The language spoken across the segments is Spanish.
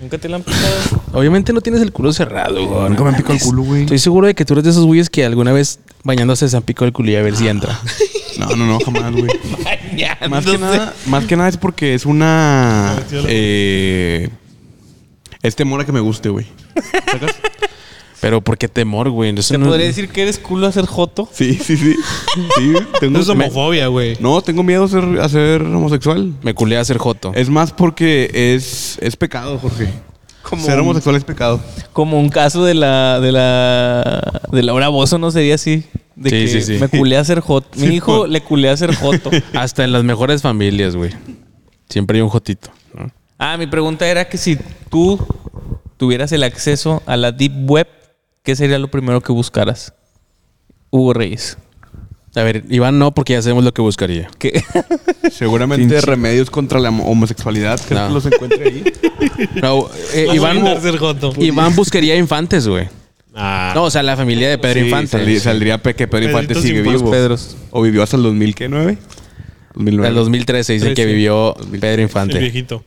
¿Nunca te la han picado? Obviamente no tienes el culo cerrado, güey. Nunca me han picado el mames. culo, güey. Estoy seguro de que tú eres de esos güeyes que alguna vez bañándose se han picado el culo y a ver si entra. Ah. No, no, no, jamás, güey. Más que, nada, más que nada es porque es una. Eh, es temor a que me guste, güey. ¿Sacas? Pero ¿por qué temor, güey? Eso ¿Te no- podría decir que eres culo a ser joto? Sí, sí, sí. Sí, tengo. Eso es homofobia, güey. No, tengo miedo a ser, a ser homosexual. Me culé a ser joto. Es más porque es, es pecado, Jorge. Como ser un- homosexual es pecado. Como un caso de la de la de Laura Bozo no sería así. De Sí, que sí, sí. me culé a ser joto. Mi Sí, hijo por- le culé a ser joto. Hasta en las mejores familias, güey. Siempre hay un jotito. ¿no? Ah, mi pregunta era que si tú tuvieras el acceso a la deep web, ¿qué sería lo primero que buscaras? Hugo Reyes. A ver, Iván no, porque ya sabemos lo que buscaría. ¿Qué? Seguramente Sí, sí. remedios contra la homosexualidad. ¿Crees No. que los encuentre ahí? No, eh, Iván, Como ser joto. Iván buscaría infantes, güey. Ah. No, o sea, la familia de Pedro Sí, Infante. saldría- Sí. saldría pe- que Pedro Pedrito Infante sigue Infante. vivo. Pedros. O vivió hasta el 2009. 2009. El 2013 dice que Trece. vivió Pedro El Infante. viejito.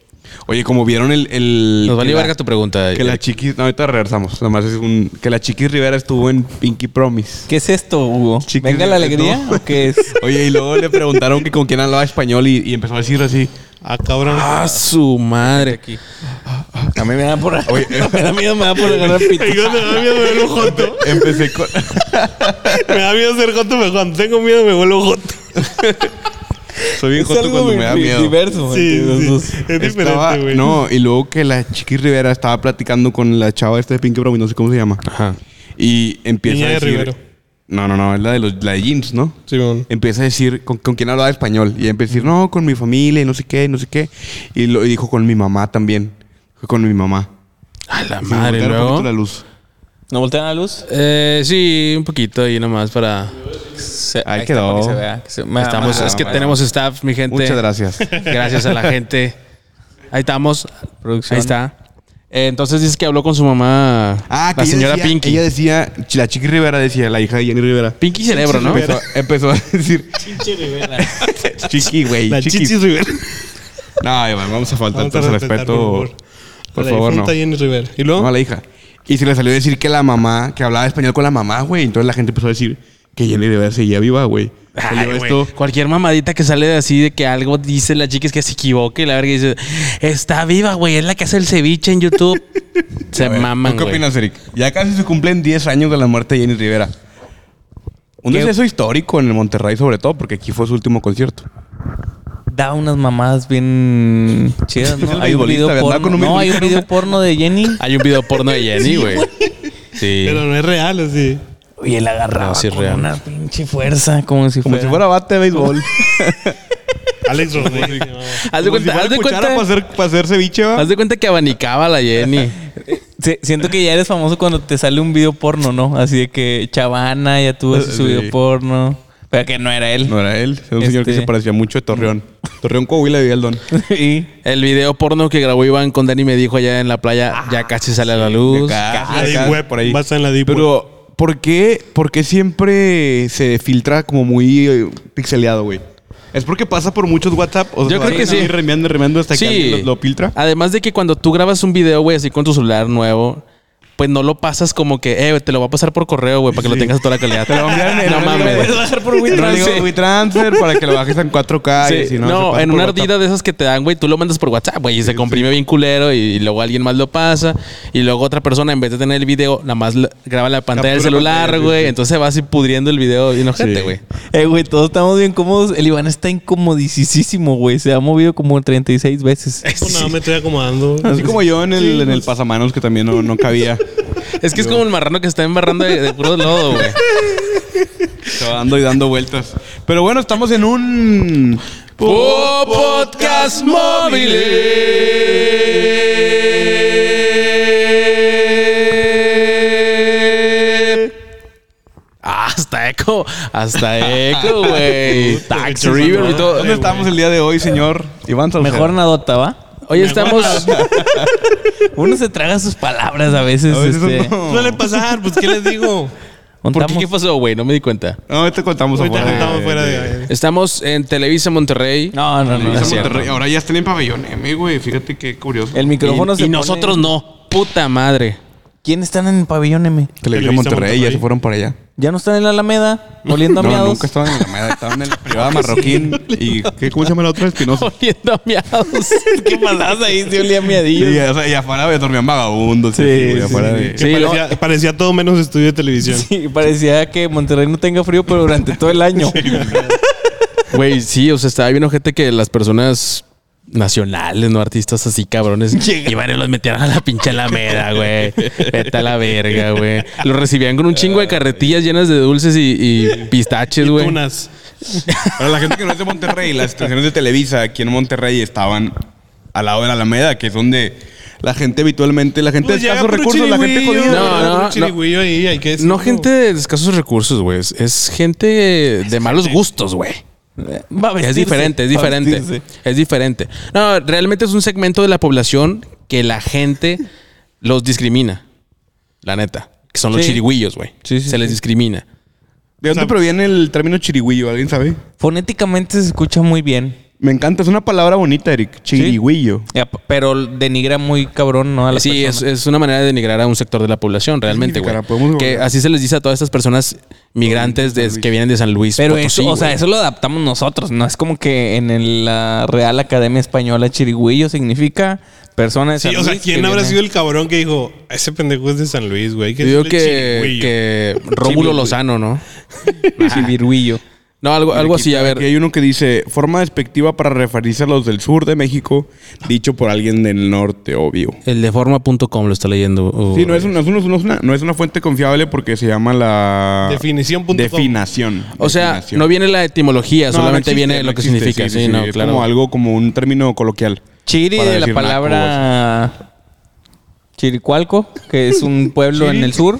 Oye, como vieron el. el Nos vale que la- verga tu pregunta. Que la Eric. chiquis. No, ahorita regresamos. Nada más es un. Que la chiquis Rivera estuvo en Pinky Promise. ¿Qué es esto, Hugo? Chiquis, ¿Venga la alegría no. o qué es? Oye, y luego le preguntaron que con quién hablaba español y, y empezó a decir así. Ah, cabrón. Ah, su madre. A mí me da por... me da miedo, me da eh, por agarrar pito. Digo, me da miedo, me vuelvo joto. Empecé con. Me da miedo ser joto, pero cuando tengo miedo me vuelvo joto. Soy bien Es joto algo cuando me da di- miedo. diverso Sí, entre los sí. dos. Es Estaba- diferente, güey. No, y luego que la Chiqui Rivera estaba platicando con la chava esta de Pinky Promise, no sé cómo se llama. Ajá. Y empieza Niña a de decir. Rivero. No, no, no, es la de los la de jeans, ¿no? Simón. Empieza a decir con, con quién hablaba español. Y empieza a decir, no, con mi familia y no sé qué, no sé qué. Y, lo, y dijo con mi mamá también. Dijo, Con mi mamá. A la Y se madre, voltearon un luego. poquito la luz. ¿No voltean la luz? Eh, sí, un poquito ahí nomás para. Se- Ahí está, quedó. para que se vea, que se- me da Estamos, más- es que más- tenemos staff, mi gente. Muchas gracias. Gracias a la gente. Ahí estamos. Producción. Ahí está. Eh, entonces dices que habló con su mamá, Ah, que la ella señora decía- Pinky. Ella decía, la Chiqui Rivera decía, la hija de Jenny Rivera. Pinky Cerebro, ¿no? Empezó, empezó a decir, chiqui, güey. La chiqui". chichis Rivera. No, Iván, vamos a faltar Vamos a entonces respetar, respeto. por favor. Por A la favor, no. difunta Jenny Rivera. ¿Y No, luego? a la hija. Y se le salió a decir que la mamá, que hablaba español con la mamá, güey. Entonces la gente empezó a decir que Jenny Rivera seguía viva, güey. Ay, Salió güey. esto. Cualquier mamadita que sale de así de que algo dice la chica es que se equivoque y la verga dice, está viva, güey, es la que hace el ceviche en YouTube. se A ver, maman, ¿tú ¿Qué güey. opinas, Eric? Ya casi se cumplen 10 años de la muerte de Jenny Rivera. Un exceso histórico en el Monterrey, sobre todo, porque aquí fue su último concierto. Da unas mamadas bien chidas, Es ¿no? el Hay un video beisbolista, ¿verdad? porno. Con un No, hay un beisbolista. video porno de Jenny. Hay un video porno de Jenny, güey. Sí. Pero no es real, así. Y él agarraba No, sí es con real. una pinche fuerza, como si Como fuera. si fuera bate de béisbol. Alex Rodríguez. no. Haz de Como si cuenta, fuera haz de cuchara cuenta- para hacer, para hacer ceviche, ¿va? haz de cuenta que abanicaba la Jenny. Se- eh, siento que ya eres famoso cuando te sale un video porno, ¿no? Así de que Chavana ya tuvo así su Sí. video porno. Pero que no era él. No era él, era un señor que Este- se parecía mucho a Torreón. Torreón Coahuila vivía el don. y El video porno que grabó Iván con Dani me dijo allá en la Ah, playa, ya casi sale a la luz. Acá, La Deep acá, Web, vas en la Deep Pero, ¿por qué, por qué siempre se filtra como muy eh, pixeleado, güey? Es porque pasa por muchos WhatsApp. O Yo sea, creo que van sí. ahí Remiando, remiando hasta que Sí. alguien lo, lo filtra. Además de que cuando tú grabas un video, güey, así con tu celular nuevo, pues no lo pasas como que, eh, te lo voy a pasar por correo, güey, para que lo tengas a toda la calidad. Te lo voy a enviar en no el- mames. Lo bajar por No le digo Sí. WeTransfer para que lo bajes en 4K. Sí, y si no, no, se pasa en por una WhatsApp. ardida de esas que te dan, güey, tú lo mandas por WhatsApp, güey, y se comprime bien culero y, y luego alguien más lo pasa y luego otra persona en vez de tener el video, nada más lo- graba la pantalla del Captura celular, pantalla, sí, güey, sí. entonces va así pudriendo el video y no gente, Sí. güey. Eh, güey, todos estamos bien cómodos. El Iván está incomodicísimo, güey. Se ha movido como 36 veces. Pues nada, me estoy acomodando. Así como yo en el, en el pasamanos que también no, no cabía. Es que es como el marrano que se está embarrando de, de puro lodo, güey. Estaba dando y dando vueltas. Pero bueno, estamos en un... Podcast móviles. Ah, Hasta eco, hasta eco, güey. Tax River y todo. ¿Dónde estamos el día de hoy, señor Iván Saucedo? Mejor nadota, ¿va? Hoy estamos. Uno se traga sus palabras a veces. A veces este. uno- Suele pasar, pues ¿qué les digo? ¿Por qué? ¿Contamos? ¿Qué pasó, güey? No me di cuenta. No, ahorita contamos Ahorita afuera. contamos fuera de Estamos en Televisa Monterrey. No, no, no. Televisa es cierto. Monterrey. Ahora ya está en el pabellón, M, güey. Fíjate qué curioso. El micrófono se Y pone- nosotros no. Puta madre. ¿Quién están en el pabellón M? Televisa Televisa Monterrey, ya Monterrey. se fueron para allá. ¿Ya no están en la Alameda? Oliendo a No, miados. nunca estaban en la meda, estaban en la privada marroquín. ¿Y ¿qué, cómo se llama la otra? Espinosa. Oliendo a miados. ¿Qué pasabas ahí? Se olía miadillo. Sí, o sea, y afuera de dormían vagabundos. Sí, sí, afuera de- Que Sí, no. parecía, parecía todo menos estudio de televisión. Sí, parecía que Monterrey no tenga frío, pero durante todo el año. Güey, sí, o sea, estaba bien gente que las personas nacionales, no artistas así cabrones, iban y los metían a la pinche alameda, güey. Vete a la verga, güey. Los recibían con un chingo de carretillas llenas de dulces y, y pistaches, güey. Tunas. Para la gente que no es de Monterrey, las estaciones de Televisa aquí en Monterrey estaban al lado de la Alameda, que es donde la gente habitualmente, la gente Pues de llega escasos puro recursos, la gente chirigüillo, jodida. No, ¿verdad? no, Puro no. chirigüillo ahí, hay que decirlo. No gente de escasos recursos, güey. Es- Es gente de malos gustos, güey. Va a Es vestirse, diferente, es va a diferente. vestirse. Es diferente. No, realmente es un segmento de la población que la gente los discrimina. La neta. Que son los Sí. chirigüillos, güey. Sí, sí, Se les sí. discrimina. ¿De dónde proviene el término chirigüillo? ¿Alguien sabe? Fonéticamente se escucha muy bien. Me encanta, es una palabra bonita, Eric. Chirigüillo. Ya, p- Pero denigra muy cabrón, ¿no? A la Sí, es, es una manera de denigrar a un sector de la población, realmente, güey. significará? Podemos Que googlear. así se les dice a todas estas personas migrantes de- que vienen de San Luis. Pero Potosí, eso, o sea, güey. eso lo adaptamos nosotros, ¿no? Es como que en el- la Real Academia Española Chirigüillo significa persona de Sí, San o sea, Luis ¿quién que habrá viene- sido el cabrón que dijo, ese pendejo es de San Luis, güey? hay Yo digo decirle que, chirigüillo"? que Rómulo Lozano, ¿no? Chirigüillo. No, algo, algo así, a ver. Aquí hay uno que dice, forma despectiva para referirse a los del sur de México, dicho por alguien del norte, obvio. El de forma.com lo está leyendo. o- Sí, no es, una, no es una- no es una- no es una fuente confiable porque se llama la... Definición punto com. Definación. O sea, Definación. no viene la etimología, No, solamente no existe, viene no lo que existe, significa. Sí, no, es claro. Como algo, como un término coloquial. Chiri Para de la decir naco, palabra Chiricualco, que es un pueblo en el sur,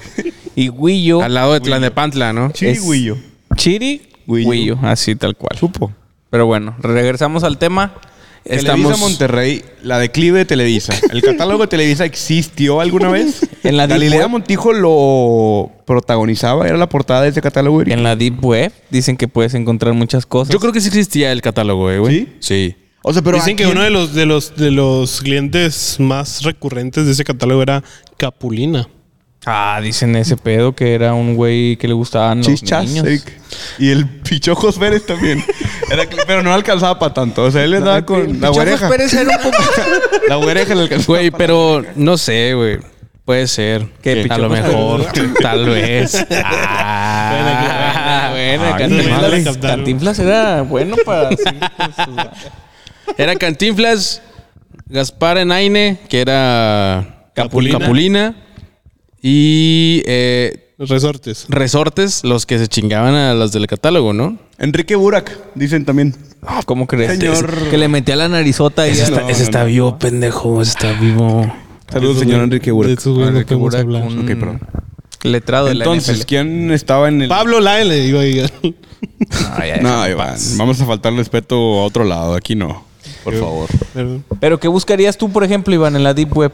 y Guillo. Al lado de Tlanepantla, ¿no? es- Chiri Guillo. Guillo, así tal cual. Supo. Pero bueno, regresamos al tema. Televisa Monterrey, la declive de Televisa. ¿El catálogo de Televisa existió alguna vez? En la Galilea Deep Web. Montijo lo protagonizaba, era la portada de ese catálogo. Eric. En la Deep Web dicen que puedes encontrar muchas cosas. Yo creo que sí existía el catálogo, eh, güey. Sí. O sea, pero Dicen ¿a que quién? uno de los, de, los, de los clientes más recurrentes de ese catálogo era Capulina. Ah, dicen ese pedo que era un güey que le gustaban los Chichas, niños. Eric. Y el Pichojos Pérez también. Era que- pero no alcanzaba para tanto. O sea, él le daba con la oreja. Pérez era un poco... La oreja le alcanzaba. Güey, pero no sé, güey. Puede ser. Que A pichó lo más mejor. tal vez. Ah, bueno, Ah, Cantinflas, madre. captaron. Cantinflas era bueno para... Era Cantinflas, Gaspar Enaine, que era Capulina. Capulina, y eh, Resortes. Resortes, los que se chingaban a las del catálogo, ¿no? Enrique Burak, dicen también. Ah, ¿Cómo crees? Señor. Que le metía la narizota y... No, no, no. vivo, pendejo, ese está vivo. Saludos, Esos señor güey- Ah, Enrique de Burak. esos güey no podemos hablar. un Ok, perdón. Letrado de Entonces, la ¿quién estaba en el...? Eh, Pablo Lae le digo ahí. NFL. No, ya, No, Iván, vamos a faltar respeto a otro lado. Aquí no. Por favor. Perdón. Pero ¿qué buscarías tú, por ejemplo, Iván, en la Deep Web?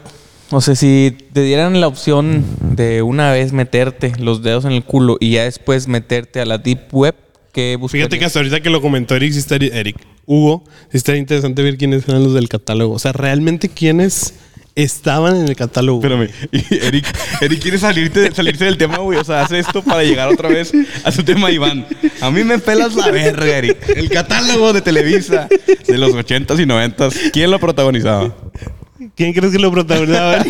O sea, si te dieran la opción de una vez meterte los dedos en el culo y ya después meterte a la Deep Web, ¿qué buscarías? Fíjate que hasta ahorita que lo comentó Eric, sí estaría- Eric, Hugo, sí estaría interesante ver quiénes eran los del catálogo. O sea, realmente quiénes estaban en el catálogo. Espérame. Y Eric, Eric quiere salirte, salirse del tema, güey. O sea, hace esto para llegar otra vez a su tema, Iván. A mí me pelas la verga, Eric. El catálogo de Televisa de los 80s y 90s. ¿Quién lo protagonizaba? ¿Quién crees que lo protagonizaba?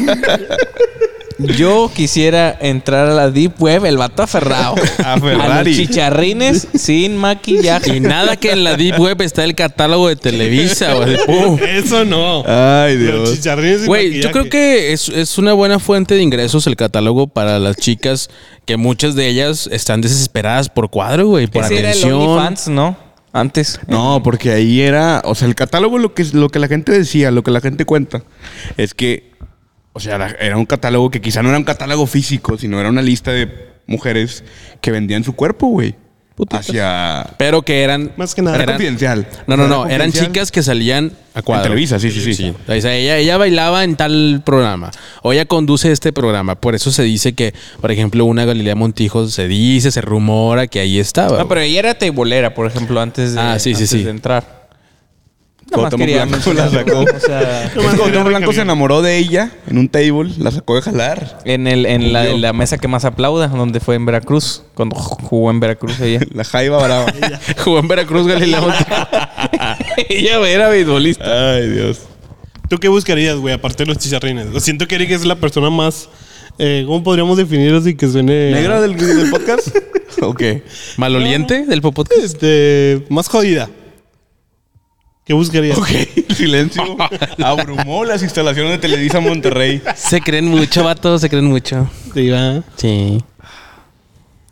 Yo quisiera entrar a la Deep Web, el vato aferrado. A Ferrari. los chicharrines sin maquillaje. Y nada que en la Deep Web está el catálogo de Televisa, güey. Uh. Eso no. Ay, Los Dios. chicharrines sin Güey, yo creo maquillaje. que es, es una buena fuente de ingresos el catálogo para las chicas, que muchas de ellas están desesperadas por cuadro, güey, por Ese era el atención. OnlyFans, ¿no? Antes. No, porque ahí era, o sea, el catálogo lo que lo que la gente decía, lo que la gente cuenta es que o sea, la- era un catálogo que quizá no era un catálogo físico, sino era una lista de mujeres que vendían su cuerpo, güey. Putitas. hacia... Pero que eran. Más que nada. eran- Era confidencial. No, no, Era no. Eran confidencial. chicas que salían a cuadro. Televisa, sí, sí, sí. O sea, ella, ella bailaba en tal programa. O ella conduce este programa. Por eso se dice que, por ejemplo, una Galilea Montijo se dice, se rumora que ahí estaba. No, pero ella era teibolera, por ejemplo, antes de, Ah, sí, sí, antes sí. de entrar. Cuauhtémoc Blanco la sacó. O sea, Es que Cuauhtémoc Blanco se enamoró de ella en un table, la sacó de jalar. en, el, en la, en la mesa que más aplauda, donde fue en Veracruz, cuando jugó en Veracruz ella. La jaiba brava. güey. Jugó en Veracruz Galilea Montijo. ella era beisbolista. Ay, Dios. ¿Tú qué buscarías, güey? Aparte de los chicharrines. Lo Siento que Eric es la persona más. eh, ¿Cómo podríamos definir así que suene. ¿Negra del, del podcast? ok. ¿Maloliente del Popot? Este. Más jodida. ¿Qué buscarías? Ok. El silencio abrumó las instalaciones de Televisa Monterrey. Se creen mucho, vato, se creen mucho. Sí, va. Sí.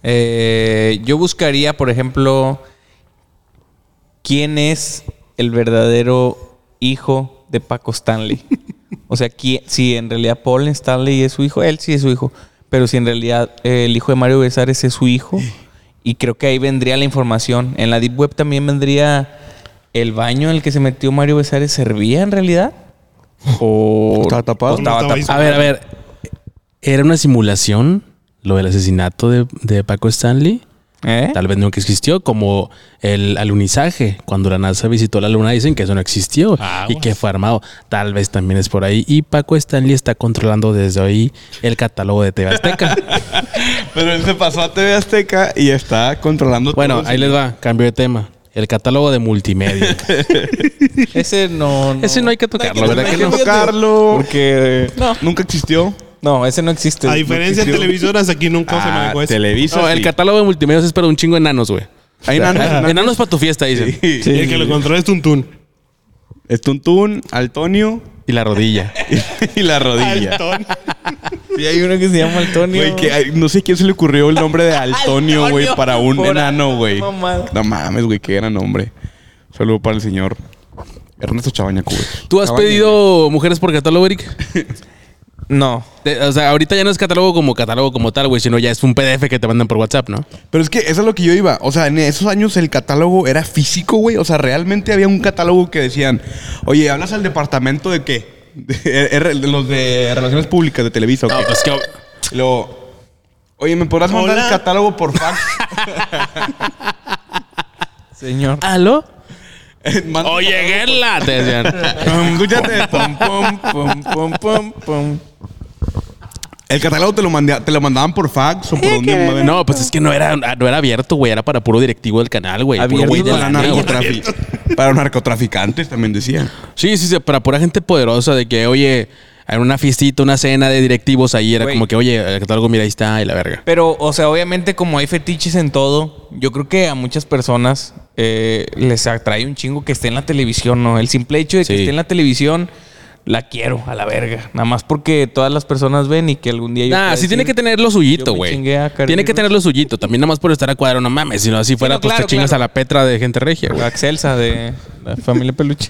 Eh, yo buscaría, por ejemplo, quién es el verdadero hijo de Paco Stanley. O sea, qui- si en realidad Paul Stanley es su hijo, él sí es su hijo. Pero si en realidad eh, el hijo de Mario Besares es su hijo, y creo que ahí vendría la información. En la Deep Web también vendría el baño en el que se metió Mario Besares, ¿servía en realidad? O Estaba tapado. o estaba No estaba tapado. A ver, a ver. ¿Era una simulación lo del asesinato de, de Paco Stanley? ¿Eh? Tal vez nunca existió, como el alunizaje. Cuando la NASA visitó la Luna dicen que eso no existió y que fue armado. Tal vez también es por ahí. Y Paco Stanley está controlando desde ahí el catálogo de TV Azteca. Pero él se pasó a TV Azteca y está controlando bueno, todo. ahí les va. Cambio de tema. El catálogo de multimedia. Ese no, no. Ese no hay que tocarlo, ¿verdad Hay que que no? tocarlo porque nunca existió. No, ese no existe. A diferencia de televisoras, aquí nunca se manejó Ah, eso. Televisa. No, el sí. catálogo de multimedia es para un chingo de enanos, güey. Hay una- una- Enanos para tu fiesta, dicen. Sí. El que lo controla es Tuntún. Es Tuntún, Altonio Y la rodilla. y la rodilla. Altón. Sí, hay uno que se llama Antonio. Güey, que ay, no sé quién se le ocurrió el nombre de Altonio, güey, Altonio, para un por- enano, güey. mamada. No mames, güey, qué gran nombre. Saludo para el señor Ernesto Chabaña Cubes. ¿Tú has Chabaña. pedido mujeres por catálogo, Eric? No. Te- o sea, ahorita ya no es catálogo como catálogo como tal, güey, sino ya es un PDF que te mandan por WhatsApp, ¿no? Pero es que eso es lo que yo iba. O sea, en esos años el catálogo era físico, güey. O sea, realmente había un catálogo que decían, oye, ¿hablas al departamento de qué? De, de- de los de Relaciones Públicas de Televisa, ¿o qué? Pues que Y luego, oye, ¿me podrás mandar Hola. el catálogo por fax? Señor. ¿Aló? Eh, Manda- Oye, Gerla, te decían. Escúchate. Pum, pum, pum, pum, pum, pum. El catálogo te lo, mandea- te lo mandaban por fax o por dónde madre? No, pues es que no era, no era abierto, güey, era para puro directivo del canal, güey. puro Abierto güey de para, lana, güey. narcotrafic- para narcotraficantes también decía. Sí, sí, sí, para pura gente poderosa de que, oye, en una fiestita, una cena de directivos ahí era Güey. como que, oye, el catálogo, mira, ahí está, y la verga. Pero, o sea, obviamente como hay fetiches en todo, yo creo que a muchas personas eh, les atrae un chingo que esté en la televisión, ¿no? El simple hecho de que Sí. esté en la televisión, la quiero a la verga. Nada más porque todas las personas ven y que algún día yo... Nah, pueda sí tiene que decir- tener lo suyito, yo me güey. chingué a Carly Tiene que Ruiz. tener lo suyito. También nada más por estar a cuadro, no mames. Si no, así fuera, no, pues claro, te chingas claro. a la Petra de gente regia, güey. La Excelsa de la familia Peluche.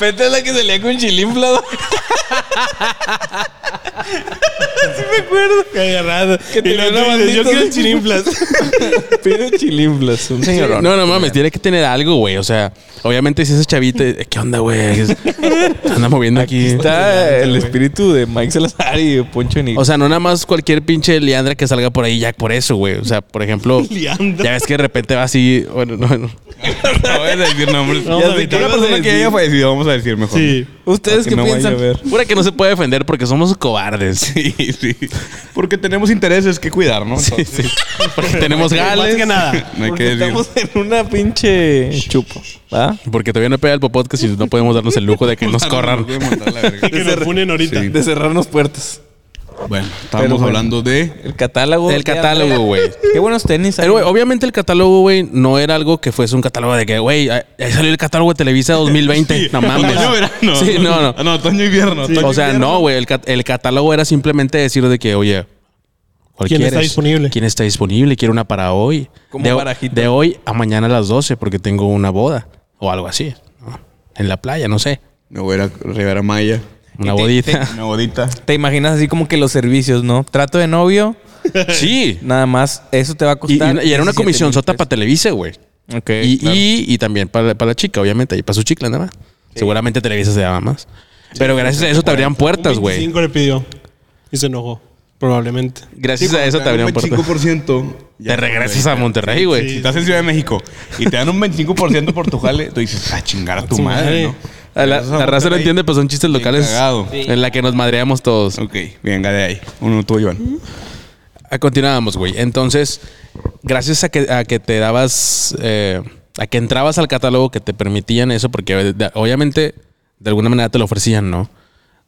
Petra es la que salía con chilinflado. Que agarrado. Que Y tenía luego una tú dices, yo bandita. quiero el chirinflas. Pide chilinflas. Un señor. No, no mames, tiene que tener algo, güey. O sea, obviamente si ese chavito, eh, ¿qué onda, güey? ¿Qué es- Anda moviendo aquí. Está el espíritu de Mike Salazar y de Poncho Nico. O sea, no nada más cualquier pinche liandra que salga por ahí ya por eso, güey. O sea, por ejemplo, Liandra. ya ves que de repente va así, bueno, no, no. No voy a decir nombres. Vamos ya a sé que evitar una los persona de que decir. haya fallecido, vamos a decir mejor. Sí. ¿Ustedes que qué no vaya piensan? a ver. Pura que no se puede defender porque somos cobardes. Sí, sí. Porque tenemos intereses que cuidar, ¿no? Sí, Entonces, sí. Porque tenemos Más gales. que nada. No hay que Porque decir. estamos en una pinche chupa. ¿va? Porque todavía no pega el podcast y no podemos darnos el lujo de que nos corran. Voy a mandar la verga. Y que nos funen ahorita. Sí. Ah, De cerrarnos puertas. Bueno, estábamos bueno. hablando de. El catálogo. El catálogo, güey. Qué buenos tenis. hay. Pero, güey, obviamente el catálogo, güey, no era algo que fuese un catálogo de que, güey, ahí ahí salió el catálogo de Televisa 2020. No mames. Otoño, verano. Sí, no, no. Ah, No, otoño, invierno. otoño, O sea, invierno. no, güey. El, cat- el catálogo era simplemente decir de que, oye, ¿cuál ¿Quién está quieres? disponible? ¿Quién está disponible? Quiero una para hoy. Como de, barajita. de hoy a mañana a las 12 porque tengo una boda o algo así. ¿no? En la playa, no sé. No, güey, era Rivera Maya. Una Y te- bodita. Una bodita. Te imaginas así como que los servicios, ¿no? Trato de novio, Sí. nada más, eso te va a Y, y costar. una- y era una 17,000 comisión sota para pesos. Televisa, güey. Ok, y, claro. y, y también para, para la chica, obviamente. Y para su chicle, nada más. Seguramente Televisa se daba más. Pero gracias a eso te abrían puertas, güey. 25 le pidió y se enojó, probablemente. Gracias a eso te dan abrían un puertas. 25%. Te regresas a Monterrey, güey. Si estás en Ciudad de México y te dan un 25% por tu jale, tú dices, a chingar a tu su madre, madre. ¿no? A La, Regresas a la raza lo Monterrey. entiende, pues son chistes Bien locales cagado. en la que nos madreamos todos. Ok, venga de ahí. Uno tú, Iván. Ah, Continuábamos, güey. Entonces, gracias a que, a que te dabas, eh, a que entrabas al catálogo que te permitían eso, porque eh, de- obviamente de alguna manera te lo ofrecían, ¿no?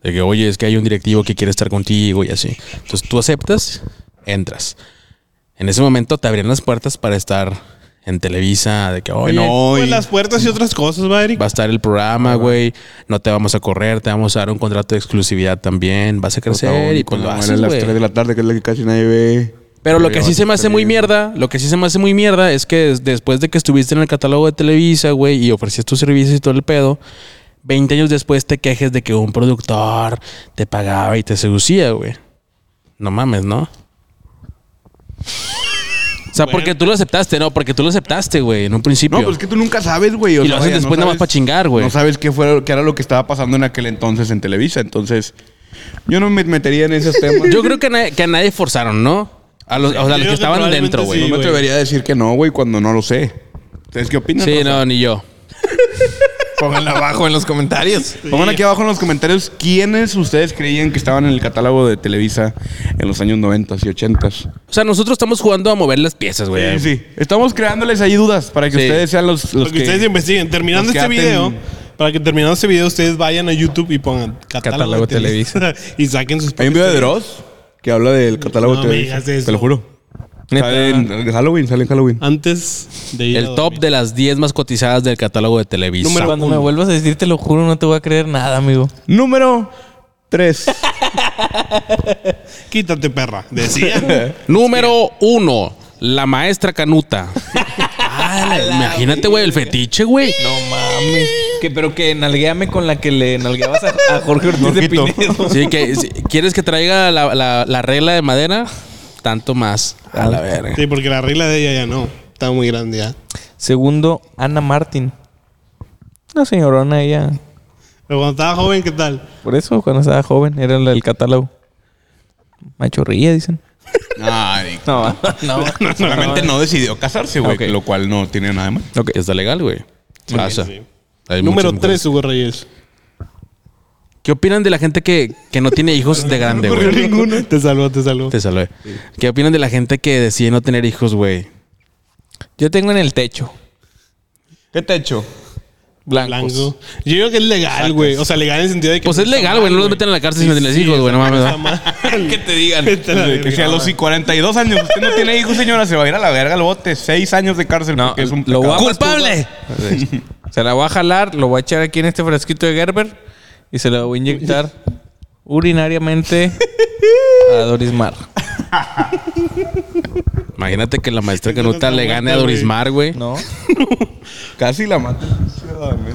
De que, oye, es que hay un directivo que quiere estar contigo y así. Entonces tú aceptas, entras. En ese momento te abrían las puertas para estar en Televisa, de que, oye, no, Pues y- las puertas y otras cosas, va, Eric. va a estar el programa, güey, no te vamos a correr, te vamos a dar un contrato de exclusividad también, vas a crecer y pues lo Bueno, haces, a las güey. 3 de la tarde, que es la que casi nadie ve. Pero lo Oye, que sí vas se me a hace muy salir. mierda, lo que sí se me hace muy mierda es que des- después de que estuviste en el catálogo de Televisa, güey, y ofrecías tus servicios y todo el pedo, 20 años después te quejes de que un productor te pagaba y te seducía, güey. No mames, ¿no? O sea, porque tú lo aceptaste, no, porque tú lo aceptaste, güey, en un principio. No, pues es que tú nunca sabes, güey. o Y sea, lo haces vaya, después nada más sabes- pa' chingar, güey. No sabes qué, fue, qué era lo que estaba pasando en aquel entonces en Televisa. Entonces, yo no me metería en esos temas. Yo creo que a nadie, que a nadie forzaron, ¿no? A los, o sea, a los creo que que estaban probablemente dentro, güey. sí, no me güey. atrevería a decir que no, güey, cuando no lo sé. ¿Ustedes qué opinan? Sí, raza? no, ni yo. Pónganlo abajo en los comentarios. Pongan aquí abajo en los comentarios quiénes ustedes creían que estaban en el catálogo de Televisa en los años 90 y 80. Sí, O sea, nosotros estamos jugando a mover las piezas, güey. sí. Estamos creándoles ahí dudas para que Sí. ustedes sean los, los Para que ustedes investiguen. los Terminando que este aten- video, para que terminando este video, ustedes vayan a YouTube y pongan catálogo, Catálogo de Televisa y saquen sus Hay un video de Dross que habla del catálogo No de me Televisa. digas eso. Te lo juro. Neta. Sale en Halloween, sale en Halloween. Antes de ir El top de las 10 más cotizadas del catálogo de Televisa. Cuando me vuelvas a decir, te lo juro, no te voy a creer nada, amigo. Número 3. Quítate, perra. Decía. Número 1. La maestra Canuta. Ah, la- imagínate, güey, el fetiche, güey. No mames. Que, pero que nalgueame con la que le nalgueabas a, a Jorge Ortiz de Jorgito. Pinedo. Sí, que, si- ¿Quieres que traiga la, la- la regla de madera? Tanto más. A la verga. sí, porque la regla de ella ya no. Está muy grande ya. Segundo, Ana Martín. Una señorona ella. Pero cuando estaba joven, ¿qué tal? Por eso, cuando estaba joven, era la del catálogo. Machorrilla, dicen. No, no. Solamente no decidió casarse, güey. Ok. Lo cual no tiene nada de mal. Ok. Está legal, güey. Pasa. sí. Hay Número muchas 3, Hugo Reyes. mujeres. ¿Qué opinan de la gente que, que no tiene hijos de grande, güey? ninguno. Te salvó, te salvó. Te salvé. ¿Qué opinan de la gente que decide no tener hijos, güey? Yo tengo en el techo. ¿Qué techo? Blancos. Blanco. Yo digo que es legal, güey. O sea, legal en el sentido de que. Pues no es está legal, mal, güey. No los meten a la cárcel si no tienes hijos, güey. No mames. ¿verdad? que te digan. Que sea a los 42 años. Usted no tiene hijos, señora. Se va a ir a la verga al bote. Seis años de cárcel. No, porque es un lo pecado. voy a- ¡Culpable! Se la voy a jalar, lo voy a echar aquí en este frasquito de Gerber y se la voy a inyectar urinariamente a Doris Mar. Imagínate que la maestra Canuta le gane a Doris Mar, güey. ¿No? Casi la mata. No, no, no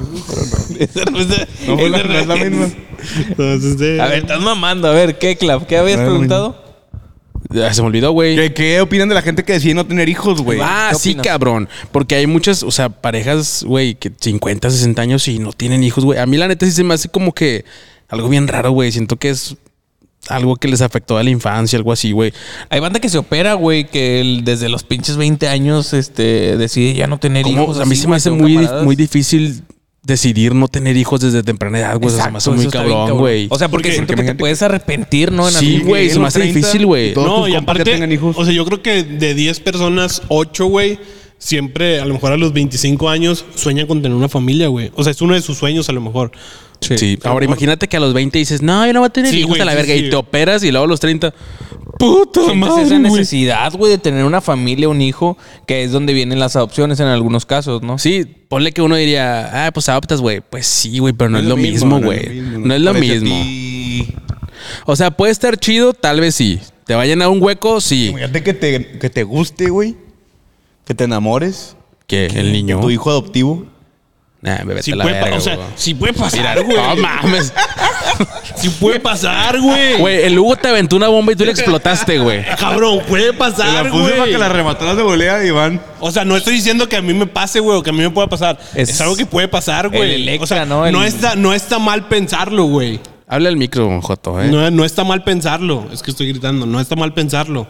es la misma. Entonces, eh, A ver, estás mamando. A ver, ¿qué, Clav? ¿Qué habías Bueno, preguntado? Ah, Se me olvidó, güey. ¿Qué, qué opinan de la gente que decide no tener hijos, güey? Ah, ¿Qué sí, opinas? cabrón. Porque hay muchas, o sea, parejas, güey, que 50, 60 años y no tienen hijos, güey. A mí la neta sí se me hace como que algo bien raro, güey. Siento que es algo que les afectó a la infancia, algo así, güey. Hay banda que se opera, güey, que el- desde los pinches 20 años este, decide ya no tener Como- hijos. A mí así, se me güey, hace tengo muy, camaradas. muy difícil decidir no tener hijos desde temprana edad, güey. O sea, se me Exacto, eso hace muy está bien cabrón, güey. O sea, porque Porque- siento porque que te imagínate- puedes arrepentir, ¿no? En Sí, algún- güey, se me hace 30, difícil, güey. todos No, tus y compas ya aparte, tengan hijos. o sea, yo creo que de 10 personas, 8, güey, siempre, a lo mejor a los 25 años, sueñan con tener una familia, güey. O sea, es uno de sus sueños, a lo mejor. Sí. Ahora imagínate que a los 20 dices, no, yo no voy a tener Sí, hijos güey, a la sí, verga. sí. Y te operas y luego a los 30. Puta Sientes madre. esa güey. necesidad, güey, de tener una familia, un hijo, que es donde vienen las adopciones en algunos casos, ¿no? Sí, ponle que uno diría, ah, pues adoptas, güey. Pues sí, güey, pero no, es lo mismo, güey. No, es lo Parece a mismo. ti. O sea, puede estar chido, tal vez sí. Te va a llenar un hueco, sí. Imagínate que te, que te guste, güey. Que te enamores. Que el niño. Tu hijo adoptivo. Nah, bebé, Si te la puede, pa- verga, o sea, güey. si puede Mira, pasar, güey. no mames. Si puede pasar, güey. Güey, el Hugo te aventó una bomba y tú le explotaste, güey. Cabrón, puede Te la pasar, puse para güey. que la remataras de volea, Iván. O sea, no estoy diciendo que a mí me pase, güey, o que a mí me pueda pasar. Es- Es, algo que puede pasar, el güey. Electra, o sea, ¿no? El- está, no está mal pensarlo, güey. Habla el micro, Joto, eh. No, no está mal pensarlo. Es que estoy gritando. No está mal pensarlo.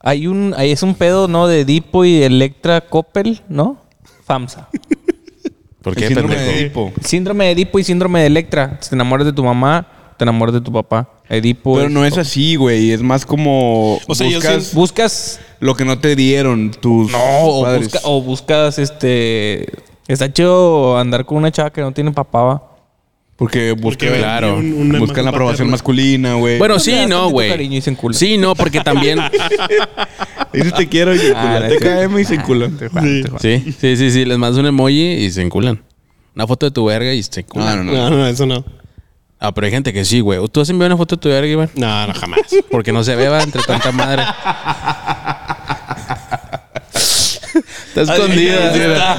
Hay un, ahí es un pedo, ¿no? De Edipo y Electra Coppel, ¿no? FAMSA. ¿Por El qué, síndrome de pendejo? Edipo. Síndrome de Edipo y síndrome de Electra. Si te enamoras de tu mamá, te enamoras de tu papá. Edipo. Pero no es así, güey. Es más como O sea, yo buscas siento- Buscas. lo que no te dieron tus No, o, padres. busca- o buscas este. Está chido andar con una chava que no tiene papá, va. Porque buscan, ven claro, un- una buscan imagen la aprobación paterna. masculina, güey. Bueno, le sí, das no, tantito güey. cariño y se encula. Sí, no, porque también. dices te quiero y se Ah, enculan. no Te es cierto. cae, y se enculan. sí, sí, sí, sí. Les mandas un emoji y se enculan. Una foto de tu verga y se No, enculan. no, no. No, no, eso no. Ah, pero hay gente que sí, güey. ¿Tú has enviado una foto de tu verga, Iván? No, no, jamás. Porque no se beba entre tanta madre. Está escondida.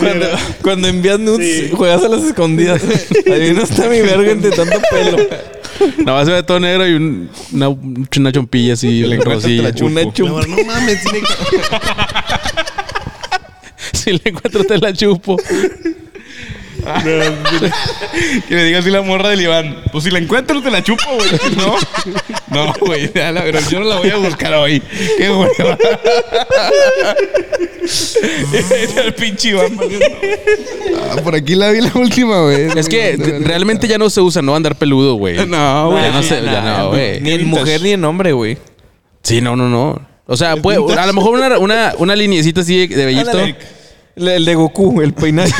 Cuando, cuando envías nudes, juegas a las escondidas. Ahí no está mi verga entre tanto pelo. Nada más se ve todo negro y un- una, una chompilla así, Le le encuentras rosilla. la chupa. Una chumpa. no mames. tiene que- Si le encuentro, te la chupo. Que le digas así la morra del Iván. Pues si la encuentro, te la chupo, güey. No, no, güey. ya la- Pero yo no la voy a buscar hoy. Qué hueva. es el pinche Iván. Ah, por aquí la vi la última vez. Es que realmente ya no se usa, no andar peludo, güey. No, güey. Ya no se, ya no, güey. Ni en mujer ni en hombre, güey. Sí, no, no, no. O sea, puede- a lo mejor una, una, una liniecita así de, de bellito. Ándale. El, el de Goku, el peinado.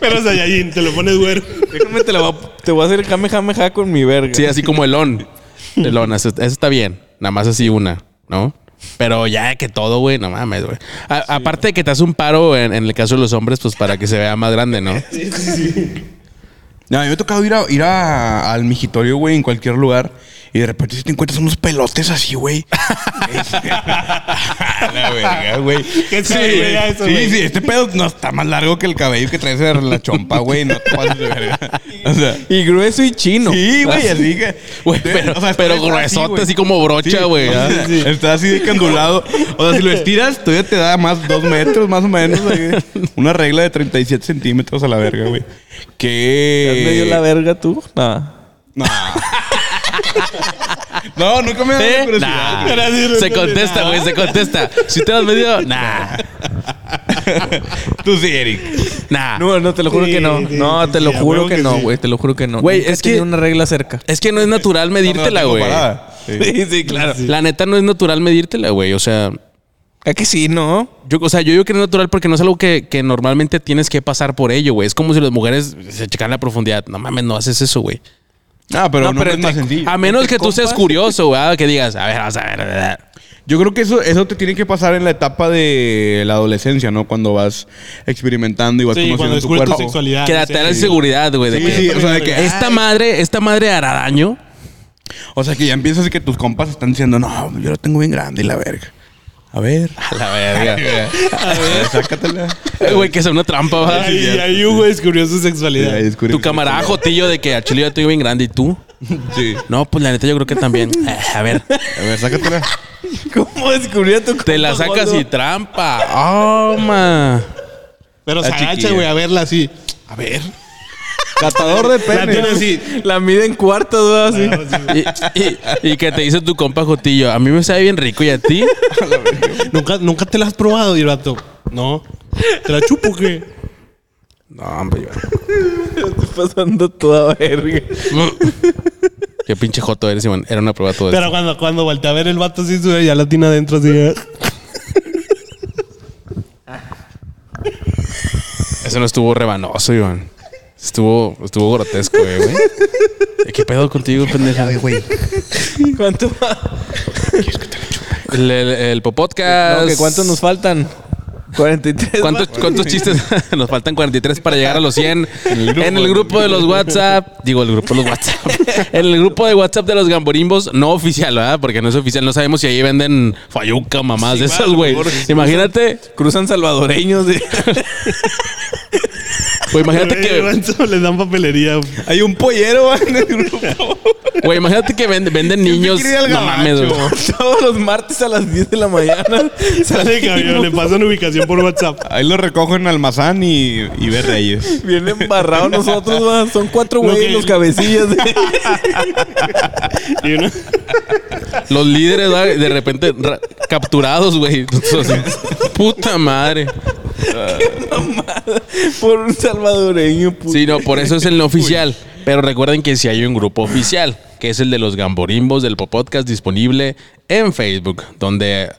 Pero Sayajin, te lo pones güero. Déjame, te, la voy a- te voy a hacer el kamehameha con mi verga. Sí, así como elón. Elón, eso, eso está bien. Nada más así una, ¿no? Pero ya que todo, güey, no mames, güey. A- aparte de que te hace un paro en, en el caso de los hombres, pues para que se vea más grande, ¿no? No, a mí me ha tocado ir, a- ir a- al mijitorio, güey, en cualquier lugar. Y de repente si te encuentras unos pelotes así, güey. A la verga, güey. ¿Qué sí, trae, güey, a eso, sí, güey? sí, este pedo no está más largo que el cabello que traes en la chompa, güey. No te pases de verga. O sea, Y grueso y chino. sí, güey, así que... Güey, pero, o sea, está- pero está gruesote, güey. así, como brocha, güey. ¿ah? o sea, ¿ah? Está así de candulado. O sea, si lo estiras, todavía te da más dos metros, más o menos. güey. Una regla de 37 centímetros a la verga, güey. ¿Te Que... ¿Has medio la verga tú? Nada. No. no, nunca me ha dado curiosidad. ¿Eh? Nah. güey. Se contesta, güey, se contesta. Si te has medido, nah, Tú sí, Eric. nah. No, no, te lo juro que no. Sí, sí, No, sí, te lo sí, a juro huevo que que no, sí. güey. Te lo juro que no. Güey, Nunca es he tenido que- una regla cerca. Es que no es natural medírtela, No, no, güey. tengo parada. Sí. Sí, sí, claro. La neta no es natural medírtela, güey. O sea, Es que sí, ¿no? Yo, o sea, yo digo que es natural porque no es algo que, que normalmente tienes que pasar por ello, güey. Es como si las mujeres se checan la profundidad. No mames, no haces eso, güey. Ah, pero no, No, pero es más te- sencillo. A menos que tú compas? seas curioso, güey. ah, Que digas, a ver, vamos a ver, a ver, a ver. Yo creo que eso, eso te tiene que pasar en la etapa de la adolescencia, ¿no? Cuando vas experimentando y vas Sí, cuando conociendo tu descubres tu cuerpo. sexualidad. Que te da la inseguridad, güey. de Ah, Sí, que sí, o sea, de que... Esta madre, esta madre hará daño. O sea, que ya empiezas a que tus compas están diciendo, no, yo lo tengo bien grande y la verga. A ver. A la verga. A ver. Sácatela. Eh, Güey, que es una trampa, va. Y ahí Hugo descubrió su sexualidad. Tu camarada jotillo de que al chile yo estoy bien grande y tú. Sí. No, pues la neta yo creo que también. Eh, a ver. A ver, sácatela. ¿Cómo descubrí a tu Te la compa, sacas gordo? y trampa. Oh, ma. Pero La se agacha, chiquilla. güey, a verla así. A ver. Catador de La tiene pene. así. La mide en cuarto, duda, así. Y, y- y que te dice tu compa Jotillo, a mí me sabe bien rico y a ti. ¿Nunca, nunca te la has probado, y el vato, No. ¿Te la chupo o qué? No, hombre, yo- Estoy pasando toda verga. Qué pinche joto eres, Simón. Era una prueba todo Pero esto. cuando, cuando volteé a ver el vato así, sube, ya la tiene adentro así. eh. Eso no estuvo rebanoso, Iván. Estuvo, estuvo grotesco, eh, güey. ¿Qué pedo contigo, pendejo? ¿Cuánto más? El, el, el popodcast. ¿Cuánto nos faltan? 43. ¿Cuántos, cuántos chistes? Nos faltan 43 para llegar a los 100. En el grupo de los WhatsApp, digo, el grupo de los WhatsApp. En el grupo de WhatsApp de los gamborimbos, no oficial, ¿verdad? Porque no es oficial, no sabemos si ahí venden fayuca, mamás de esas, güey. Imagínate, Cruzan salvadoreños. de- güey, imagínate Güey, que, Manso, Les dan papelería. Hay un pollero güey, en el grupo. güey, imagínate que venden, venden niños. quiere ir al No mames, gabacho. güey. Todos los martes a las 10 de la mañana. Sale Gabriel, le pasan ubicación por WhatsApp. Ahí lo recojo en Almazán y, y ve Reyes. Bien embarrados nosotros, va. Son cuatro Lo güeyes que- los cabecillas. Y uno- Los líderes, ¿verdad? de repente ra- capturados, güey. Puta madre. Por un salvadoreño. puto. Sí, no, por eso es el no oficial. Pero recuerden que si hay un grupo oficial, que es el de los gamborimbos del Popodcast disponible en Facebook, donde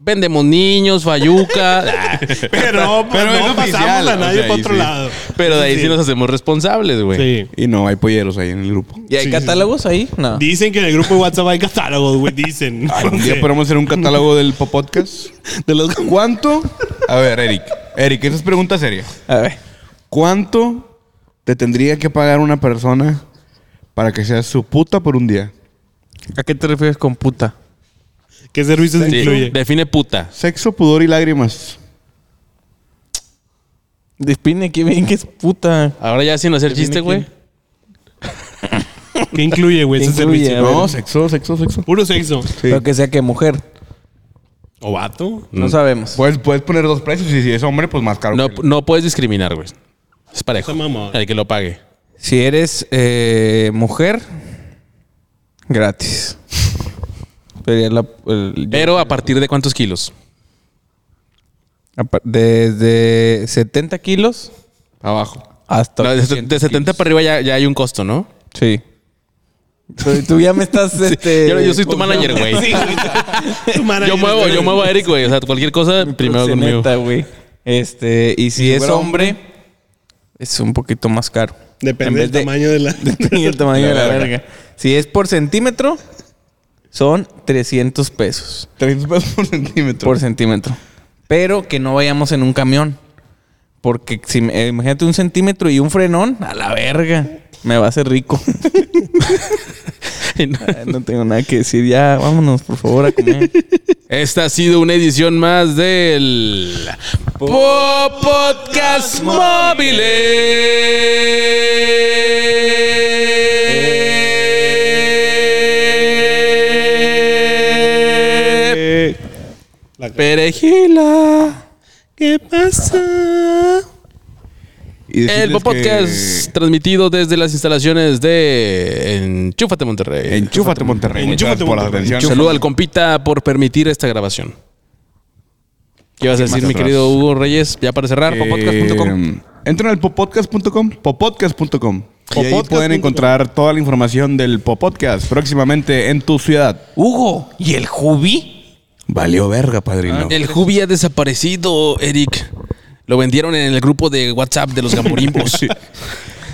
vendemos niños, fayuca, ah, Pero, no, Pero es no pasamos oficial, a nadie o sea, para ahí otro sí. lado. pero de ahí sí, nos hacemos responsables, güey. Sí. Y no, hay polleros ahí en el grupo. ¿Y hay sí, sí, catálogos ahí? No. Dicen que en el grupo de WhatsApp hay catálogos, güey. Dicen. Ay, un No día sé. podemos hacer un catálogo del podcast. De los- ¿Cuánto? A ver, Eric. Eric, esa es pregunta seria. A ver. ¿Cuánto te tendría que pagar una persona para que seas su puta por un día? ¿A qué te refieres con puta? ¿Qué servicios Sí, incluye? define puta. Sexo, pudor y lágrimas. Despine, qué bien que es puta. Ahora ya sin hacer chiste, güey. ¿Qué incluye, güey? Ese Incluye, servicio. a ver. No, sexo, sexo, sexo. Puro sexo. Sí. Pero que sea que mujer. ¿O vato? No sabemos. Puedes, puedes poner dos precios y si es hombre, pues más caro. No, que el- no puedes discriminar, güey. Es parejo. Esa mamá. El que lo pague. Si eres eh, mujer, gratis. Sería la- el- yo- Pero a partir de cuántos kilos? apa- desde 70 kilos Abajo. hasta. No, de, se- 800 de 70 para arriba ya, ya hay un costo, ¿no? Sí. Pero tú ya me estás. este, Yo, yo soy tu ¿cómo se manager, llama? güey. Tu manager. Yo muevo, yo muevo a Eric, güey. O sea, cualquier cosa, Pues, primero conmigo. Proxeneta, güey. Este, y si es fuera hombre, es un poquito más caro. En Depende vez del tamaño de la. Depende del tamaño de la La verga. verga. Si es por centímetro, son 300 pesos. 300 pesos por centímetro. Por centímetro. Pero que no vayamos en un camión. Porque si me- eh, imagínate un centímetro y un frenón, a la verga. Me va a hacer rico. Ay, no tengo nada que decir. Ya, vámonos, por favor, a comer. Esta ha sido una edición más del Podcast Móvil. Eh, Perejila. ¿Qué pasa? Y decirles El Podcast que- transmitido desde las instalaciones de Enchúfate Monterrey. Enchúfate Monterrey. Muchas Enchúfate, gracias por la Monterrey. atención. Saludo al compita por permitir esta grabación. ¿Qué vas a decir, mi atrás. querido Hugo Reyes? Ya para cerrar, Eh, popodcast.com. Entren al popodcast.com, popodcast.com. Y ahí Popodcast pueden punto com. encontrar toda la información del Popodcast próximamente en tu ciudad. Hugo, ¿y el Jubi? Valió verga, padrino. El Jubi ha desaparecido, Eric. Lo vendieron en el grupo de WhatsApp de los Gamborimbos.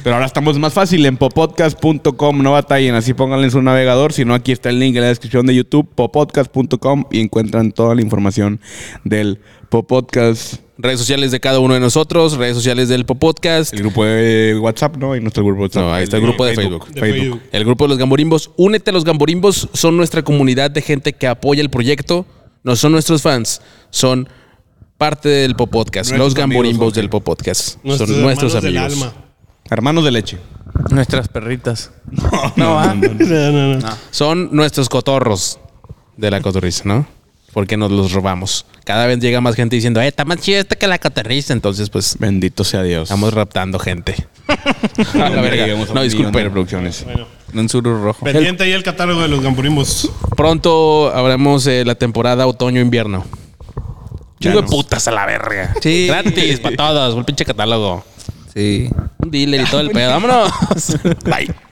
Pero ahora estamos más fácil en popodcast.com. No batallen, así pónganle en su navegador. Si no, aquí está el link en la descripción de YouTube, popodcast.com, y encuentran toda la información del Popodcast. redes sociales de cada uno de nosotros, redes sociales del Popodcast. El grupo de WhatsApp, ¿no? Y nuestro grupo de WhatsApp. No, ahí está el grupo de Facebook. De Facebook. Facebook. El grupo de los Gamborimbos. Únete a los Gamborimbos. Son nuestra comunidad de gente que apoya el proyecto. No son nuestros fans. Son parte del Popodcast. Nuestros los Gamborimbos amigos, del Popodcast. Nuestros son nuestros hermanos del amigos. alma. Hermanos de leche. Ah, Nuestras perritas. ah. No, no, no, no. No, no, no. Son nuestros cotorros de la cotorriza, ¿no? Porque nos los robamos. Cada vez llega más gente diciendo, eh, está más chido este que la cotorriza. Entonces, pues, Bendito sea Dios. estamos raptando gente. A la verga. No, disculpen. producciones. Bueno. Un suru rojo. Pendiente ahí el catálogo de los gamborimbos. Pronto habremos eh, la temporada otoño-invierno. Ya Chingo de no. putas a la verga. Sí. Gratis para todos. Un pinche catálogo. Sí. Un dealer y todo el pedo. Vámonos. Bye.